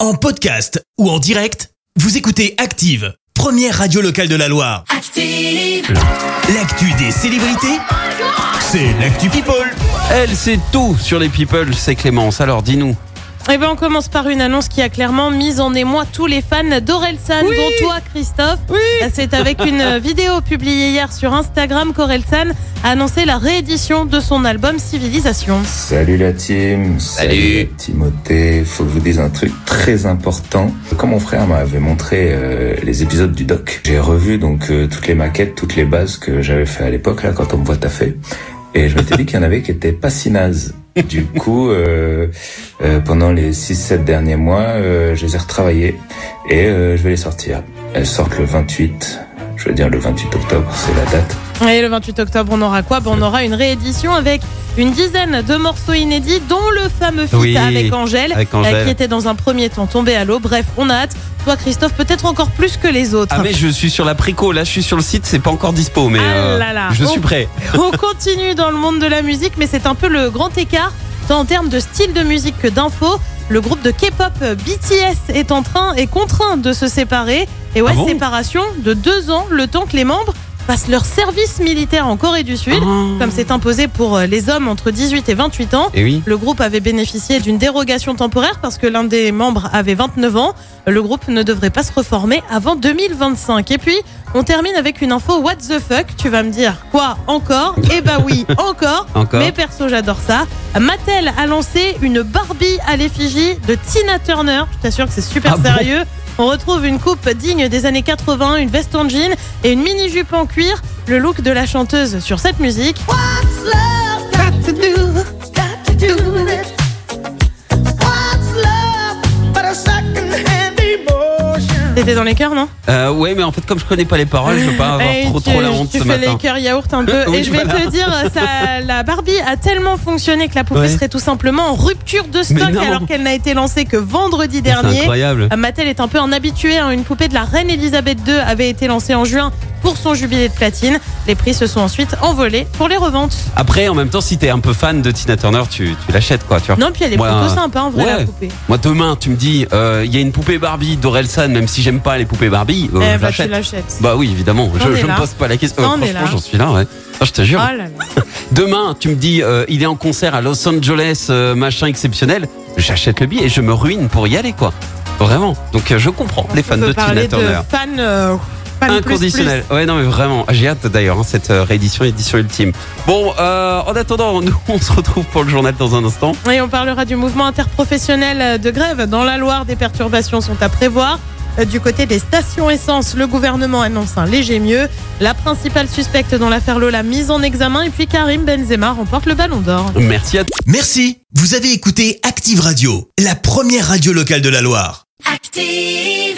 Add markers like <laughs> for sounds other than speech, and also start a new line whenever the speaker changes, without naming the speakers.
En podcast ou en direct, vous écoutez Active, première radio locale de la Loire.
Active,
L'actu des célébrités, c'est l'actu People.
Elle sait tout sur les people, c'est Clémence. Alors dis-nous.
Eh ben on commence par une annonce qui a clairement mis en émoi tous les fans d'Orelsan, dont toi, Christophe. C'est avec
<laughs>
une vidéo publiée hier sur Instagram qu'Orelsan a annoncé la réédition de son album Civilisation.
Salut la team,
Salut.
Timothée, faut que je vous dise un truc très important. Quand mon frère m'avait montré euh, les épisodes du doc, j'ai revu donc euh, toutes les maquettes, toutes les bases que j'avais fait à l'époque là quand on me voit taffer. Et je m'étais dit qu'il y en avait qui étaient pas si nazes. Du coup, euh, euh, pendant les 6-7 derniers mois, euh, je les ai retravaillées et euh, je vais les sortir. Elles sortent le 28, je veux dire le 28 octobre, c'est la date.
Et le 28 octobre, on aura quoi ben, On aura une réédition avec une dizaine de morceaux inédits, dont le fameux feat
Oui,
avec Angèle,
avec
euh,
Angèle.
qui était dans un premier temps tombé à l'eau. Bref, on a hâte. Toi, Christophe, peut-être encore plus que les autres.
Ah mais je suis sur la préco, là je suis sur le site, c'est pas encore dispo, mais
Ah
euh,
là là.
je
Oh.
suis prêt.
On continue dans le monde de la musique, mais c'est un peu le grand écart, tant en termes de style de musique que d'infos. Le groupe de K-pop BTS est en train et contraint de se séparer. Et ouais,
Ah bon
séparation de deux ans, le temps que les membres passent leur service militaire en Corée du
Ah
Sud, comme c'est imposé pour euh, les hommes entre 18 et 28 ans.
Et Eh oui.
Le groupe avait bénéficié d'une dérogation temporaire parce que l'un des membres avait 29 ans. Le groupe ne devrait pas se reformer avant 2025. Et puis, on termine avec une info What the fuck Tu vas me dire quoi encore Eh bah
<laughs>
oui, encore.
Encore.
Mais perso, j'adore ça. Mattel a lancé une Barbie à l'effigie de Tina Turner. Je t'assure que c'est super
Ah bon
sérieux. on retrouve une coupe digne des années 80, une veste en jean et une mini jupe en cuir. Le look de la chanteuse sur cette musique.
got to do, got to do with it. What's love but a second-hand emotion?
C'était dans les cœurs, non
Euh, ouais mais en fait comme je connais pas les paroles, je veux pas
<laughs>
avoir
Hey,
trop
tu,
trop la honte
Eh tu
ce
fais les
matin.
cœurs yaourt
<laughs>
un peu.
Oui,
et je vais
voilà.
te dire,
<laughs>
ça, la Barbie a tellement fonctionné que la poupée
Ouais.
serait tout simplement en rupture de stock
non.
alors qu'elle n'a été lancée que vendredi
C'est
dernier.
incroyable.
Euh, Mattel est un peu en habitué. hein. Une poupée de la reine Elisabeth II avait été lancée en juin pour son jubilé de platine. Les prix se sont ensuite envolés pour les reventes.
Après en même temps si t'es un peu fan de Tina Turner, tu, tu l'achètes quoi, tu vois.
Non, puis elle est
Ah. Ouais.
plutôt sympa en vrai,
Ouais.
la poupée.
Moi demain tu me dis, euh, il y a une poupée Barbie d'Orelsan, même si j'aime pas les poupées Barbie, euh, je
Eh bah, tu
l'achète.
l'achètes.
Bah oui évidemment, je,
T'en es
je me
là.
pose pas la question. Euh,
T'en es
franchement
là.
j'en suis là, ouais. Ah, je te
Oh
jure.
là là.
Demain, tu me dis, euh, il est en concert à Los Angeles, euh, machin exceptionnel. J'achète le billet et je me ruine pour y aller, quoi. Vraiment. Donc, euh, je comprends les
On
fans
peut
de
parler
Tina Turner.
De fan, euh, fan plus, plus.
Inconditionnel. Ouais, non, mais vraiment. J'ai hâte d'ailleurs, hein, cette euh, réédition, édition ultime. Bon, euh, en attendant, <laughs> nous, on se retrouve pour le journal dans un instant.
Et on parlera du mouvement interprofessionnel euh, de grève. Dans la Loire, des perturbations sont à prévoir. Euh, Du côté des stations essence, le gouvernement annonce un léger mieux. La principale suspecte dans l'affaire Lola mise en examen et puis Karim Benzema remporte le ballon d'or.
Merci à
Merci, vous avez écouté Active Radio, la première radio locale de la Loire.
active.